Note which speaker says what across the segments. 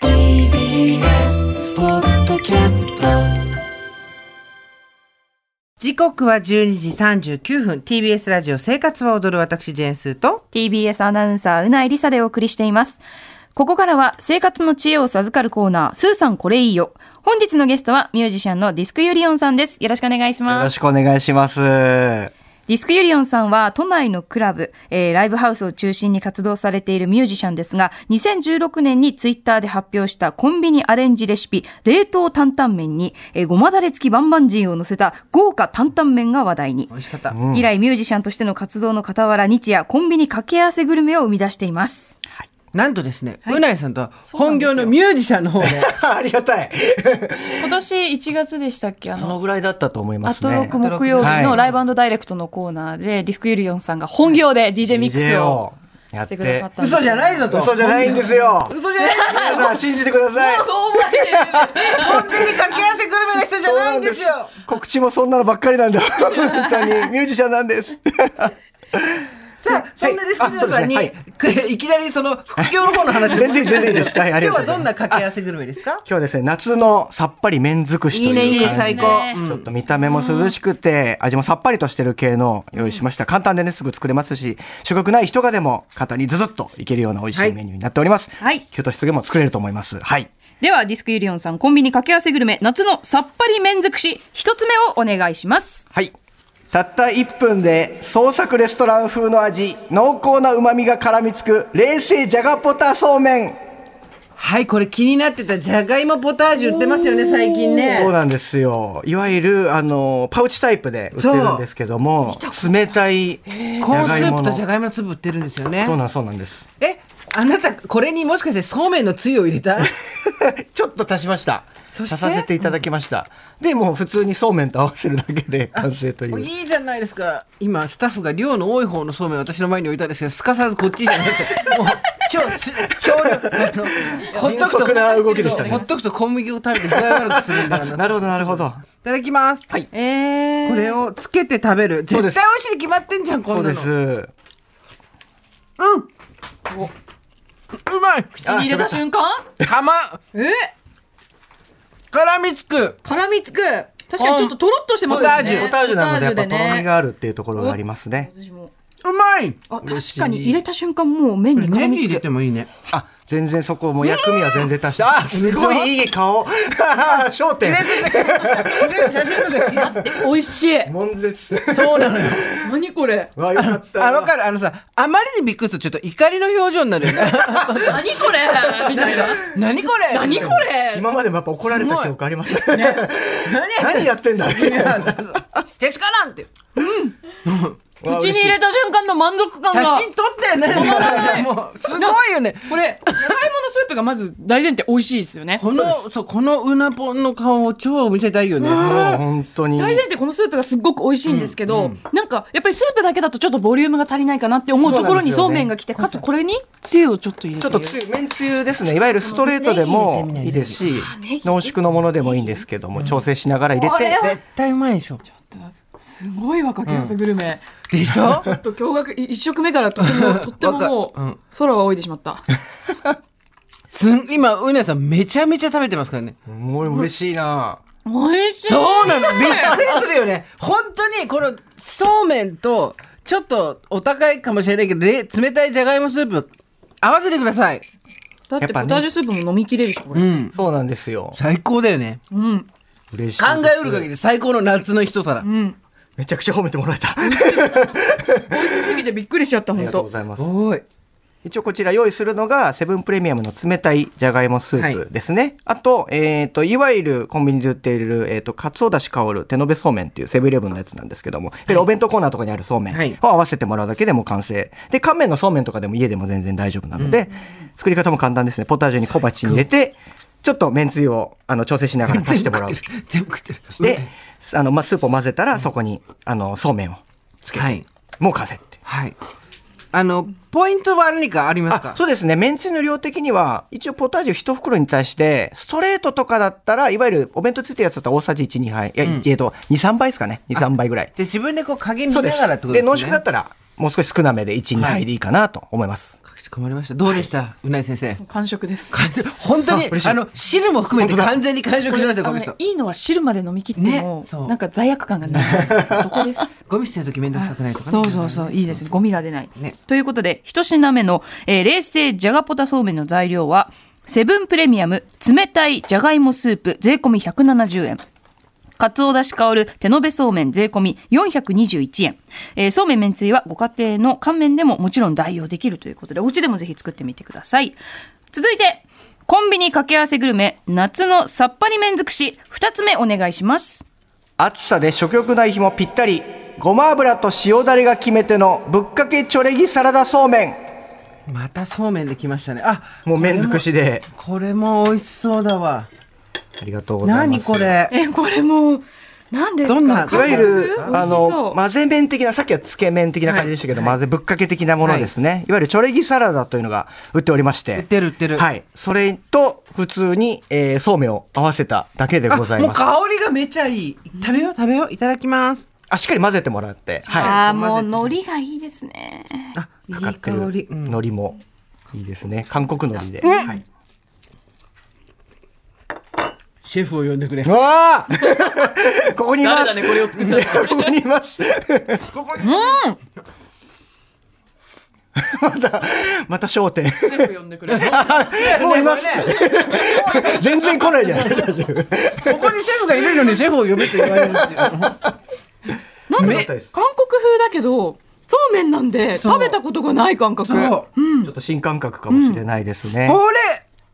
Speaker 1: TBS ポッドキャスト
Speaker 2: 時刻は12時39分 TBS ラジオ生活は踊る私ジェーンスーと
Speaker 3: TBS アナウンサー、うないりさでお送りしています。ここからは生活の知恵を授かるコーナー、スーさんこれいいよ。本日のゲストはミュージシャンのディスクユリオンさんです。よろしくお願いし
Speaker 4: よ
Speaker 3: ま
Speaker 4: ろ
Speaker 3: す。
Speaker 4: しくお願い します。
Speaker 3: ディスクユリオンさんは都内のクラブ、えーライブハウスを中心に活動されているミュージシャンですが、2016年にツイッターで発表したコンビニアレンジレシピ、冷凍担々麺に、えーごまだれ付きバンバンジーを乗せた豪華担々麺が話題に
Speaker 2: 美。味しかった、
Speaker 3: 以来ミュージシャンとしての活動の傍ら日夜コンビニ掛け合わせグルメを生み出しています。
Speaker 2: なんとですね、うないさんとは本業のミュージシャンの方 で
Speaker 4: ありがたい。
Speaker 5: 今年1月でしたっけあ
Speaker 4: その
Speaker 5: の、
Speaker 4: ぐらいだったと思いま
Speaker 5: ア
Speaker 4: す
Speaker 5: ト
Speaker 4: ね。
Speaker 5: ロック木曜日のライブダイレクトのコーナーで、ディスクユリオンさんが本業で DJ ミックス
Speaker 4: DJ
Speaker 5: を
Speaker 4: やっ
Speaker 5: してくださ
Speaker 4: て
Speaker 5: っ。たんです。
Speaker 2: 嘘じゃないぞと
Speaker 4: 嘘じゃないんですよ。
Speaker 2: 嘘じゃない
Speaker 4: 皆さん信じてください。
Speaker 5: そう思えてる。
Speaker 2: コンビニ掛け合わせグルメの人じゃないんですよ
Speaker 4: 告知もそんなのばっかりなんだ。本当にミュージシャンなんです。
Speaker 2: さあそんなディスクリオンさんに、
Speaker 4: はいあ
Speaker 2: くいきなりその副業の方の話
Speaker 4: 全然全然いいですはいあ
Speaker 2: 今
Speaker 4: り
Speaker 2: 日
Speaker 4: がと
Speaker 2: は
Speaker 4: うござ
Speaker 2: ど
Speaker 4: いま
Speaker 2: んな
Speaker 4: す
Speaker 2: 掛け合わせグルメですか
Speaker 4: 今日はですね夏のさっぱり麺尽くしと
Speaker 2: い
Speaker 4: い
Speaker 2: いうね
Speaker 4: 感じ
Speaker 2: いいね最高、
Speaker 5: ね
Speaker 2: うん
Speaker 4: ちょっと見た目も涼しくて、味もさっぱりとしてる系の用意しました。簡単でね、すぐ作れますし、主食ない人がでも簡単にズズッといけるような美味しいメニューになっております。
Speaker 3: はい
Speaker 4: キュッとしつげも作れると思います。はい。
Speaker 3: ではディスクユリオンさんコンビニ掛け合わせグルメ夏のさっぱり麺尽くし一つ目をお願いします
Speaker 4: はい。たった1分で創作レストラン風の味、濃厚な旨味が絡みつく、冷製じゃがポタそうめん。
Speaker 2: はいこれ気になってたじゃがいもポタージュ売ってますよね最近ね
Speaker 4: そうなんですよ。いわゆる、あの、パウチタイプで売ってるんですけども、冷たいじ
Speaker 2: コー
Speaker 4: ゃ
Speaker 2: ンス
Speaker 4: がい
Speaker 2: ー
Speaker 4: も
Speaker 2: プとじゃ
Speaker 4: の。
Speaker 2: がいもの粒売ってるんですよね
Speaker 4: そうなんそうなんです。
Speaker 2: えあなたこれにもしかしてそうめんのつゆを入れた
Speaker 4: ちょっと足しました。
Speaker 2: そし
Speaker 4: 足
Speaker 2: て
Speaker 4: させていただきました。で、もう普通にそうめんと合わせるだけで完成という。
Speaker 2: いいじゃないですか今スタッフが量の多い方のそうめんを私の前に置いたんですけどすかさずこっちじゃなくてもう超す少量あのほっとく
Speaker 4: 迅速
Speaker 2: と
Speaker 4: な動きでしたね
Speaker 2: そうほっとくと小麦を食べて具合悪くするんだ
Speaker 4: あ
Speaker 2: から
Speaker 4: なるほど、なるほど。
Speaker 2: いただきます、はい、
Speaker 3: えー、
Speaker 2: これをつけて食べる絶対美
Speaker 4: そうで
Speaker 2: 味
Speaker 4: す
Speaker 2: しいに決まってんじゃんこ
Speaker 4: そ
Speaker 2: ん
Speaker 4: う
Speaker 2: な
Speaker 4: で
Speaker 2: の
Speaker 4: す。
Speaker 2: うまい
Speaker 3: 口に入れた瞬間
Speaker 2: 釜
Speaker 3: えー、
Speaker 2: 絡みつく
Speaker 3: 絡みつく確かにちょっととろっとしてます
Speaker 2: ポタ
Speaker 3: よ
Speaker 2: ージ
Speaker 3: ね
Speaker 2: ュ
Speaker 4: ポタージュなので、やっぱとろみ
Speaker 3: あ
Speaker 4: があるっていうところがありますね。
Speaker 2: うまい
Speaker 3: 確かに入れた瞬間もう麺に絡みつく
Speaker 2: もいいね
Speaker 4: あ、全然そこ、もう薬味は全然足して、あ、 すごいいい顔。焦点。
Speaker 2: 写真撮って
Speaker 3: 美味しい
Speaker 4: もんです。
Speaker 2: そうなのよ
Speaker 3: 何これ
Speaker 4: わ、よかった。
Speaker 2: あのからあのさあまりにびっくりするとちょっと怒りの表情になるよね
Speaker 3: 何これみたいな
Speaker 2: 何これ
Speaker 3: 何これ
Speaker 4: 今までもやっぱ怒られた記憶ありますね。
Speaker 2: 何
Speaker 4: 何やってんだ。
Speaker 2: けしからんって
Speaker 4: わ
Speaker 3: 口に
Speaker 4: 嬉し
Speaker 3: 入
Speaker 4: い
Speaker 3: れた瞬間の満足感
Speaker 2: 写
Speaker 3: が
Speaker 2: 真撮ったよねもうすごいよね
Speaker 3: これじゃがいものスープがまず大前提美味しいですよね
Speaker 2: このそうこのうなぽんの顔を超見せたいよね
Speaker 4: もう本当に。
Speaker 3: 大前提このスープがすっごく美味しいんですけど、なんかやっぱりスープだけだとちょっとボリュームが足りないかなって思うところに
Speaker 4: そ
Speaker 3: そうう
Speaker 4: な
Speaker 3: め
Speaker 4: んですよね
Speaker 3: んが来てかつこれにつゆをちょっと入れ
Speaker 4: ち
Speaker 3: て
Speaker 4: ょっと
Speaker 3: る
Speaker 4: つゆ、麺つゆですね。いわゆるストレートでもいいですし、濃縮のものでもいいんですけども、調整しながら入れ
Speaker 3: これは
Speaker 4: て、
Speaker 2: 絶対うまいでしょ
Speaker 3: すごいわかけやすグルメ、
Speaker 2: でしょ
Speaker 3: ちょっと驚愕い一食目からとてもとってももう、
Speaker 2: うん
Speaker 3: 空は泳いでしまった
Speaker 2: すん今うなさんめちゃめちゃ食べてますからね
Speaker 4: もう嬉しいな。
Speaker 3: 美味しい
Speaker 2: そうなのびっくりするよね本当にこのそうめんとちょっとお高いかもしれないけどれ冷たいじゃがいもスープ合わせてください
Speaker 3: だって
Speaker 4: やっ
Speaker 3: ポ
Speaker 4: ぱ
Speaker 3: ター
Speaker 4: ね
Speaker 3: ジュスープも飲みきれるしこれ、
Speaker 4: そうなんですよ。
Speaker 2: 最高だよね
Speaker 4: 嬉しい。
Speaker 2: 考えうる限り最高の夏の一皿、
Speaker 4: めちゃくちゃ褒めてもらえた。あ
Speaker 3: 美味しすぎてびっくりしちゃった
Speaker 4: り
Speaker 3: 本
Speaker 4: がとう
Speaker 3: 当
Speaker 4: ございます。
Speaker 2: ごい
Speaker 4: 一応こちら用意するのがセブンプレミアムの冷たいじゃがいもスープですね。あと、えっ、と、いわゆるコンビニで売っている、えっ、と、かつおだし香る手延べそうめんっていうセブンイレブンのやつなんですけども、やっぱりお弁当コーナーとかにあるそうめ
Speaker 2: はい
Speaker 4: んを合わせてもらうだけでも完成。で、乾麺のそうめんとかでも家でも全然大丈夫なので、作り方も簡単ですね。ポタージュに小鉢に入れて、ちょっとめんつゆをあの調整しながら足してもらう。
Speaker 2: 全部食ってる。
Speaker 4: で、あの、まあ、スープを混ぜたら、そこに、あの、そうめんをつける。
Speaker 2: はい。
Speaker 4: もう完成って。
Speaker 2: はい。あの、ポイントは何かあります
Speaker 4: あ
Speaker 2: か
Speaker 4: そうですね。めんつゆの量的には、一応ポタージュ一袋に対して、ストレートとかだったら、いわゆるお弁当ついてるやつだったら大さじ1、2杯。いや、えっと、2、3倍ですかね。2、3倍ぐらい。
Speaker 2: じゃあ自分でこう加減見
Speaker 4: そ
Speaker 2: な
Speaker 4: うです
Speaker 2: がらってことですね。
Speaker 4: で、濃縮だったら、もう少し少なめで1、2
Speaker 2: は
Speaker 4: 杯
Speaker 2: い
Speaker 4: でいいかなと思います。
Speaker 2: かしこまりました。どうでしたうない先生。
Speaker 5: 完食です。
Speaker 2: 本当に、
Speaker 4: あ
Speaker 2: あ
Speaker 4: 嬉しい
Speaker 2: の、汁も含めて完全に完食しましたよ、
Speaker 5: あ
Speaker 2: この
Speaker 5: のね
Speaker 2: 人。
Speaker 5: いいのは汁まで飲み切っても、
Speaker 2: ねそう
Speaker 5: なんか罪悪感 がない。そこです。
Speaker 2: ゴミ捨てる時面倒くさくないとかね。
Speaker 5: そうそうそう、いいですね。ゴミが出ない。
Speaker 2: ね
Speaker 3: ということで、一品目の、えー冷製じゃがポタそうめんの材料は、セブンプレミアム冷たいじゃがいもスープ税込み170円。かつおだし香る手延べそうめん税込み421円。えーそうめんめんつゆはご家庭の乾麺でももちろん代用できるということで、お家でもぜひ作ってみてください。続いて、コンビニ掛け合わせグルメ、夏のさっぱり麺尽くし、二つ目お願いします。
Speaker 4: 暑さで食欲ない日もぴったり。ごま油と塩だれが決め手のぶっかけチョレギサラダそうめん。
Speaker 2: またそうめんできましたね。あ、
Speaker 4: もう麺尽くしで。
Speaker 2: これも美味しそうだわ。
Speaker 4: ありがとうございます。
Speaker 2: 何これ。
Speaker 5: え、これもう、なんですか
Speaker 2: どんない
Speaker 4: いわゆ
Speaker 5: 韓国
Speaker 4: る、あ
Speaker 5: 美味しそ
Speaker 4: の、
Speaker 5: う
Speaker 4: 混ぜ麺的な、さっきはつけ麺的な感じでしたけど、混ぜぶっかけ的なものですね。い、わゆるチョレギサラダというのが売っておりまして。
Speaker 2: 売ってる売ってる
Speaker 4: はい。それと、普通に、えーそうめんを合わせただけで
Speaker 2: あ
Speaker 4: ござい
Speaker 2: もう
Speaker 4: ます。あ
Speaker 2: 香りがめちゃいい。食べよう食べよう。いただきます。
Speaker 4: しっかり混ぜてもらって。は
Speaker 5: あー
Speaker 2: 混ぜて
Speaker 5: もう海苔がいいですね。
Speaker 2: あ、い
Speaker 4: い。
Speaker 2: い
Speaker 4: かかって
Speaker 2: 香
Speaker 4: る
Speaker 2: り。うん
Speaker 4: 海苔も、いいですね。韓国海苔で。はい。
Speaker 2: シェフを呼んでくれ。
Speaker 4: うわー ここにいます。
Speaker 5: 誰だねこれを作っ た
Speaker 4: ここにいます。また、また焦点。
Speaker 5: 全部呼んでくれる。
Speaker 4: もういます。全然来ないじゃないですか。
Speaker 2: ここにシェフがいるのにシェフを呼べって言われるっていう。
Speaker 5: なん
Speaker 4: め
Speaker 5: で韓国風だけど、そうめんなんで
Speaker 2: そう
Speaker 5: 食べたことがない感覚。
Speaker 2: そう。
Speaker 4: ちょっと新感覚かもしれないですね。
Speaker 2: こ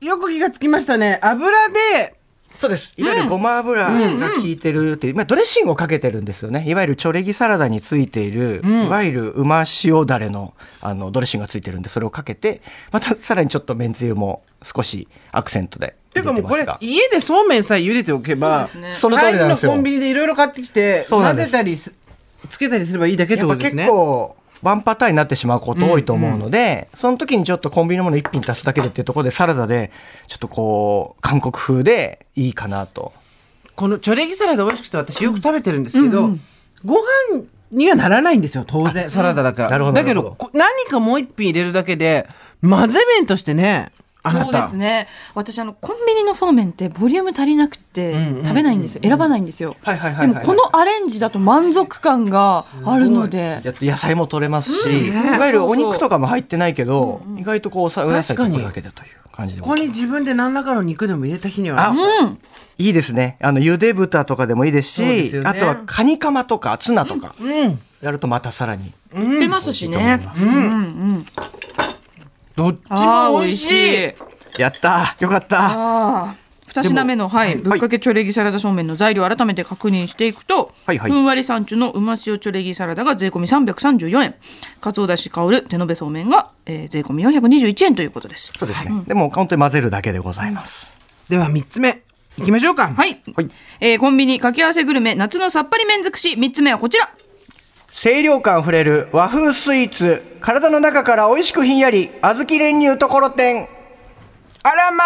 Speaker 2: れ、よく気がつきましたね。油で、
Speaker 4: そうです。いわゆるごま油が効いてるっていう、まあドレッシングをかけてるんですよね。いわゆるチョレギサラダについている、いわゆるうま塩だれのあのドレッシングがついてるんで、それをかけて、またさらにちょっとめんつゆも少しアクセントで
Speaker 2: て
Speaker 4: 入
Speaker 2: いうか
Speaker 4: れ
Speaker 2: も
Speaker 4: て
Speaker 2: う
Speaker 4: ま
Speaker 2: こ
Speaker 4: す
Speaker 2: れ
Speaker 4: が。
Speaker 2: 家でそうめんさえ茹でておけば
Speaker 5: そうですね
Speaker 4: その通りなんです
Speaker 2: 帰り
Speaker 4: よ
Speaker 2: のコンビニでいろいろ買ってきて
Speaker 4: そうな
Speaker 2: 混
Speaker 4: んで
Speaker 2: ぜ
Speaker 4: す
Speaker 2: たりすつけたりすればいいだけって
Speaker 4: やっ
Speaker 2: こ
Speaker 4: ぱ
Speaker 2: とです
Speaker 4: 結
Speaker 2: ね
Speaker 4: 構ワンパターンになってしまうこと多いと思うので、その時にちょっとコンビニのもの一品足すだけでっていうところでサラダでちょっとこう韓国風でいいかなと
Speaker 2: このチョレギサラダ美味しくて私よく食べてるんですけど、ご飯にはならないんですよ当然サラダだから、
Speaker 4: なるほど
Speaker 2: だけ
Speaker 4: なる
Speaker 2: ど
Speaker 4: ほ
Speaker 2: こ何かもう一品入れるだけで混ぜ麺としてねあな
Speaker 5: そうで
Speaker 2: た
Speaker 5: すね。私あのコンビニのそうめんってボリューム足りなくて食べないんですよ。選ばないんですよ。
Speaker 4: はいはいは
Speaker 5: で
Speaker 4: いはい
Speaker 5: もこのアレンジだと満足感があるので。
Speaker 4: やっと野菜も取れますし、いわゆるお肉とかも入ってないけど、意外とこうおさお野菜と
Speaker 2: 確か
Speaker 4: か
Speaker 2: に
Speaker 4: だけでという感じで
Speaker 2: ここに自分で何らかの肉でも入れた日には
Speaker 4: あいいですねあの茹で豚とかでもいいですし
Speaker 2: そうですよね
Speaker 4: あとはカニカマとかツナとか
Speaker 2: うん
Speaker 4: やるとまたさらに
Speaker 5: 売ってますし
Speaker 4: いいと
Speaker 5: ね
Speaker 4: 思い。ま
Speaker 5: うんうん。
Speaker 2: どっち
Speaker 5: あ
Speaker 2: も
Speaker 5: あ
Speaker 2: 美
Speaker 5: 美味
Speaker 2: 味し
Speaker 5: し
Speaker 2: い
Speaker 5: い。
Speaker 4: やったーよかった
Speaker 5: ああ。二品目の、はい、ぶっかけチョレギサラダそうめんの材料を改めて確認していくと、
Speaker 4: はいはい
Speaker 5: ふんわり産地のうま塩チョレギサラダが税込み334円、かつおだし香る手延べそうめんが、えー、税込み421円ということです。
Speaker 4: そうですね、でも本当に混ぜるだけでございます、
Speaker 2: では3つ目いきましょうか、
Speaker 5: はい、
Speaker 4: はい
Speaker 5: えーコンビニ掛け合わせグルメ夏のさっぱり麺尽くし3つ目はこちら
Speaker 4: 清涼感あふれる和風スイーツ体の中から美味しくひんやり小豆練乳ところてん
Speaker 2: あらま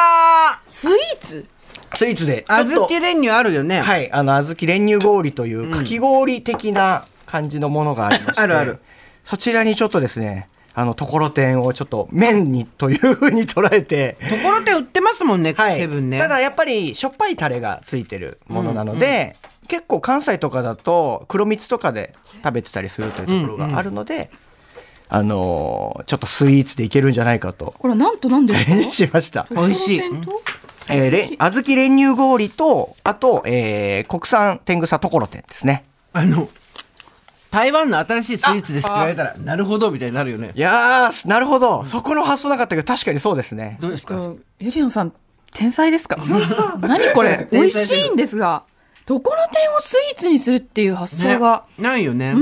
Speaker 2: あ
Speaker 5: スイーツ
Speaker 4: スイーツでちょっと
Speaker 2: 小豆練乳あるよね、
Speaker 4: はい、あの小豆練乳氷というかき氷的な感じのものがありまして、
Speaker 2: あるある
Speaker 4: そちらにちょっとですね、あのところてんをちょっと麺にというふうに捉えて、
Speaker 2: ところてん売ってますもんね、
Speaker 4: はい、
Speaker 2: セブンね
Speaker 4: ただやっぱりしょっぱいタレがついてるものなので、結構関西とかだと黒蜜とかで食べてたりするというところがあるので、あのーちょっとスイーツでいけるんじゃないかと。
Speaker 5: これはなんとなんで
Speaker 4: チ
Speaker 5: す
Speaker 4: ャ
Speaker 5: か
Speaker 4: レンジ しました。
Speaker 2: 美味しい
Speaker 5: ところてんと
Speaker 4: えー、れ小豆練乳氷と、あと、えー、国産天草ところてんですね。
Speaker 2: あの台湾の新しいスイーツですって言われたらなるほどみたいになるよね
Speaker 4: いやー、なるほど。そこの発想なかったけど、確かにそうですね。
Speaker 2: どうです
Speaker 5: ち
Speaker 2: か
Speaker 5: ょっとゆりおんさん天才ですか何これ美味しいんですが
Speaker 3: どこの点をスイーツにするっていう発想が、
Speaker 2: ねないよね。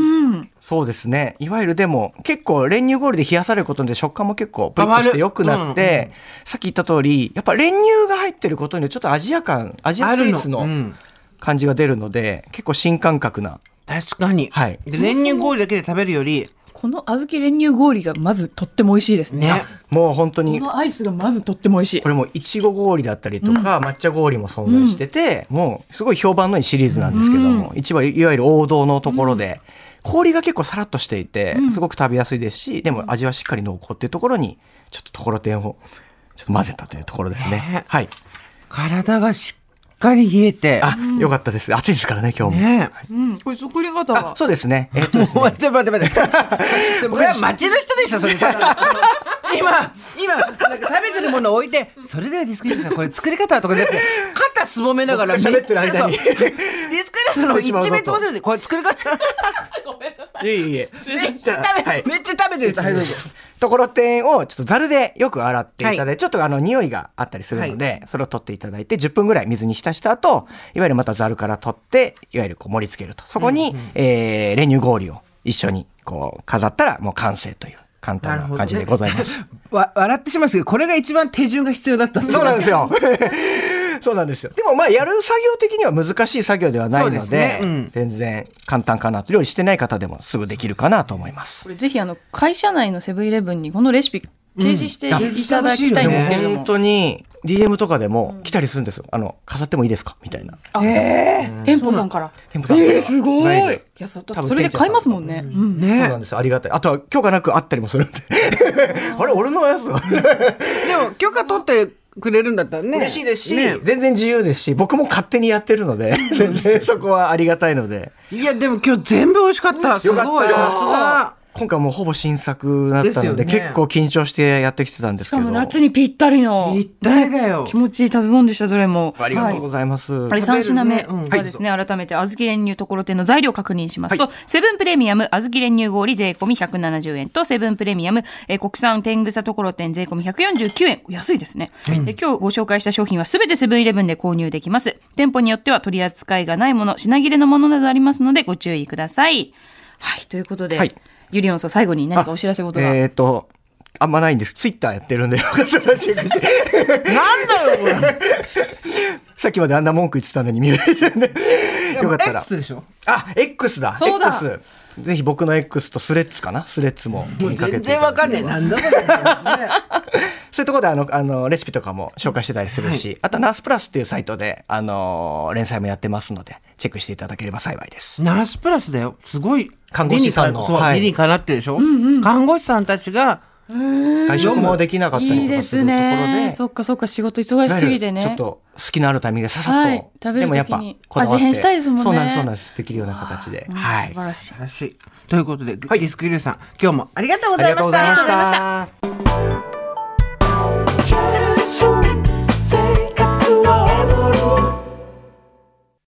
Speaker 4: そうですね。いわゆるでも、結構練乳氷で冷やされることで食感も結構プリッとして良くなって、さっき言った通り、やっぱ練乳が入ってることによってちょっとアジア感、アジア
Speaker 2: あ
Speaker 4: ス
Speaker 2: る
Speaker 4: イー
Speaker 2: の。
Speaker 4: ツ
Speaker 2: う
Speaker 4: の
Speaker 2: ん
Speaker 4: 感じが出るので、結構新感覚な。
Speaker 2: 確かに。
Speaker 4: はい
Speaker 2: で練乳氷だけで食べるより、
Speaker 6: この小豆練乳氷がまずとっても美味しいですね。
Speaker 2: ね。
Speaker 4: もう本当
Speaker 6: こ
Speaker 4: に、
Speaker 6: のアイスがまずとっても美味しい
Speaker 4: こ。れもういちご氷だったりとか、抹茶氷も存在してて、もうすごい評判のいいシリーズなんですけども、一番いわゆる王道のところで、氷が結構さらっとしていて、すごく食べやすいですし、でも味はしっかり濃厚っていうところに、ちょっとところてんを、ちょっと混ぜたというところですね。はい。
Speaker 2: 体がしっかり冷えて。
Speaker 4: あ、よかったです。暑いですからね、今日も。
Speaker 2: ね
Speaker 3: うん、これ作り方
Speaker 4: あ
Speaker 3: が、
Speaker 4: そうですね。えっとです ね
Speaker 2: 待って待って待 って。これは街の人でしょ、それ。今、今、なんか食べてるものを置いて、それではディスクイリさん、これ作り方はとかじゃなくて、肩すぼめながら、
Speaker 4: 僕が喋ってる間に
Speaker 2: めっちゃそうディスクイリさんの一面つぼせて、これ作り方、
Speaker 4: いえいえ。
Speaker 2: めっちゃ食べ、
Speaker 4: はい
Speaker 2: めっちゃ食べてる。はい、どうぞ。
Speaker 4: ところてんをちょっとざるでよく洗っていただいて、
Speaker 2: は
Speaker 4: ちょっとあの匂いがあったりするので、それを取っていただいて10分ぐらい水に浸した後いわゆるまたざるから取っていわゆるこう盛り付けるとそこに、えー練乳氷を一緒にこう飾ったらもう完成という簡単な感じでございます。
Speaker 2: わ笑ってしまうんですけど、これが一番手順が必要だったってい
Speaker 4: そうなんですよ。 そうなんですよ。でもまあやる作業的には難しい作業ではないので
Speaker 2: そうですねうん
Speaker 4: 全然簡単かなと料理してない方でもすぐできるかなと思います
Speaker 6: こ。れぜひあの会社内のセブンイレブンにこのレシピ掲示していただきたいんですけれども、
Speaker 4: 本当に DM とかでも来たりするんですよ。あの飾ってもいいですかみたいな。
Speaker 6: 店舗さんから。
Speaker 4: 店舗さんから
Speaker 6: えーすご。
Speaker 4: はいい
Speaker 6: いやそ
Speaker 4: 多分
Speaker 6: それで買いますもんね。うん
Speaker 4: そうなんですよありがたい。あとは許可なく会ったりもするんで。 あれ俺のやつは
Speaker 2: でも、許可取ってくれるんだったらね。
Speaker 4: 嬉しいですし、
Speaker 2: ね
Speaker 4: 全然自由ですし、僕も勝手にやってるので、 全然そこはありがたいので。
Speaker 2: いや、でも今日全部美味しかった。す
Speaker 4: よかっ
Speaker 2: ご
Speaker 4: た
Speaker 2: い。
Speaker 4: よ
Speaker 2: さすが。
Speaker 4: 今回もうほぼ新作だったので、
Speaker 2: ですよね
Speaker 4: 結構緊張してやってきてたんです
Speaker 3: し
Speaker 4: け
Speaker 3: か
Speaker 4: ど。
Speaker 3: も夏にぴったりの
Speaker 2: ぴったりだよ。
Speaker 3: 気持ちいい食べ物でしたどれも
Speaker 4: ありがとうございます。
Speaker 3: はい、3品目
Speaker 2: うん
Speaker 3: がですね、改めて小豆練乳ところてんの材料を確認しますと、セブンプレミアム小豆練乳氷税込み170円とセブンプレミアム、えー国産天草ところてん税込み149円安いですね、で今日ご紹介した商品は全てセブンイレブンで購入できます店舗によっては取り扱いがないもの品切れのものなどありますのでご注意くださいはいということで、
Speaker 4: はい
Speaker 3: ゆりおんさん最後に何かお知らせ事が、
Speaker 4: えっ、と、あんまないんです。ツイッターやってるんで、よ かったらチェックして。
Speaker 2: なんだろう、これ。
Speaker 4: さっきまであんな文句言ってたのに見えてるんで。よかったら。
Speaker 2: X でしょ
Speaker 4: あ、X だ。
Speaker 6: そうだ
Speaker 4: X。ぜひ僕の X とスレッズかなスレッズも気にかけて
Speaker 2: 全
Speaker 4: いただけれ
Speaker 2: 然
Speaker 4: ば
Speaker 2: わかんねえ。なんだこれ。 ね
Speaker 4: そういうところであの、あの、レシピとかも紹介してたりするし、あとナースプラスっていうサイトで、あの、連載もやってますので、チェックしていただければ幸いです。
Speaker 2: ナースプラスだよ。すごい。
Speaker 4: 看護師さん
Speaker 2: 理
Speaker 4: の
Speaker 2: にかそう、
Speaker 4: はい
Speaker 2: 理にかなってるでしょ、看護師さんたちが、
Speaker 4: 外食もできなかった
Speaker 6: い
Speaker 4: り
Speaker 6: い
Speaker 4: と
Speaker 6: で
Speaker 4: かす
Speaker 6: す
Speaker 4: るところで、
Speaker 6: ね。そっかそっか仕事忙しすぎてね。
Speaker 4: ちょっと隙のあるタイミングでささっと、
Speaker 6: はい食べる時に
Speaker 4: でもやっぱこだわって
Speaker 6: 味変したいですもんね
Speaker 4: そうなんですそうなんですできるような形で、は
Speaker 3: 素
Speaker 4: い
Speaker 3: 晴らしい
Speaker 2: らしい。ということで、リスクイルさん、今日もありがとうございました。
Speaker 4: ありがとうございました